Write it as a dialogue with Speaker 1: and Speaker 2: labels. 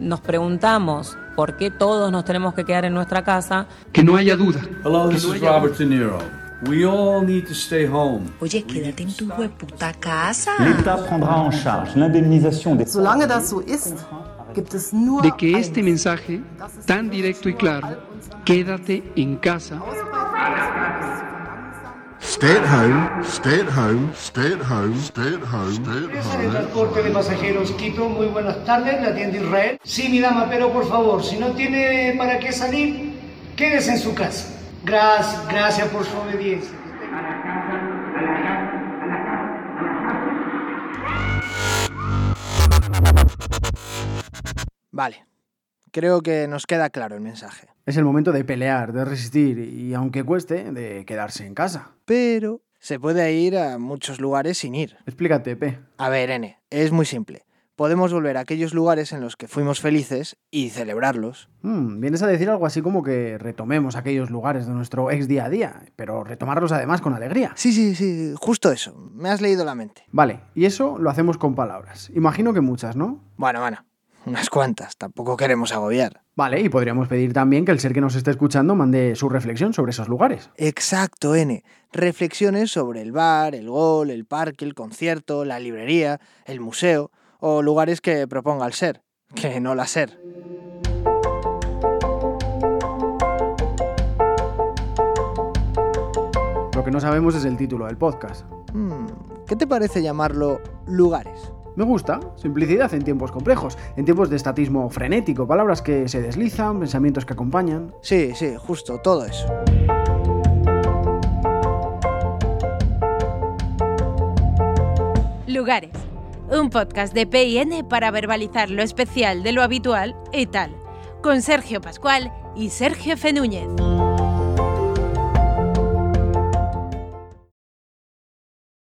Speaker 1: nos preguntamos por qué todos nos tenemos que quedar en nuestra casa.
Speaker 2: Que no haya duda.
Speaker 3: Hello, this is Robert De Niro. We all need to stay home.
Speaker 4: Oye, quédate en tu puta casa.
Speaker 5: L'État prendra en charge l'indemnisation des
Speaker 6: Solange das so ist, gibt es nur
Speaker 2: De que este mensaje, tan directo y claro, quédate en casa,
Speaker 7: Stay at home, stay at home, stay at home, stay at home, stay at
Speaker 8: Empresa de
Speaker 7: home.
Speaker 8: transporte de pasajeros Quito, muy buenas tardes, la tienda Israel. Sí, mi dama, pero por favor, si no tiene para qué salir, quédese en su casa. Gracias, gracias por su obediencia.
Speaker 9: Vale. Creo que nos queda claro el mensaje.
Speaker 10: Es el momento de pelear, de resistir y, aunque cueste, de quedarse en casa.
Speaker 9: Pero se puede ir a muchos lugares sin ir.
Speaker 10: Explícate, P.
Speaker 9: A ver, N, es muy simple. Podemos volver a aquellos lugares en los que fuimos felices y celebrarlos.
Speaker 10: Mm, vienes a decir algo así como que retomemos aquellos lugares de nuestro ex día a día, pero retomarlos además con alegría.
Speaker 9: Sí, sí, sí, justo eso. Me has leído la mente.
Speaker 10: Vale, y eso lo hacemos con palabras. Imagino que muchas, ¿no?
Speaker 9: Bueno, bueno, unas cuantas, tampoco queremos agobiar.
Speaker 10: Vale, y podríamos pedir también que el ser que nos esté escuchando mande su reflexión sobre esos lugares.
Speaker 9: Exacto, N. Reflexiones sobre el bar, el gol, el parque, el concierto, la librería, el museo o lugares que proponga el ser, que no la ser.
Speaker 10: Lo que no sabemos es el título del podcast.
Speaker 9: Hmm, ¿Qué te parece llamarlo lugares?
Speaker 10: Me gusta, simplicidad en tiempos complejos, en tiempos de estatismo frenético, palabras que se deslizan, pensamientos que acompañan.
Speaker 9: Sí, sí, justo, todo eso.
Speaker 11: Lugares. Un podcast de PIN para verbalizar lo especial de lo habitual y tal. Con Sergio Pascual y Sergio Fenúñez.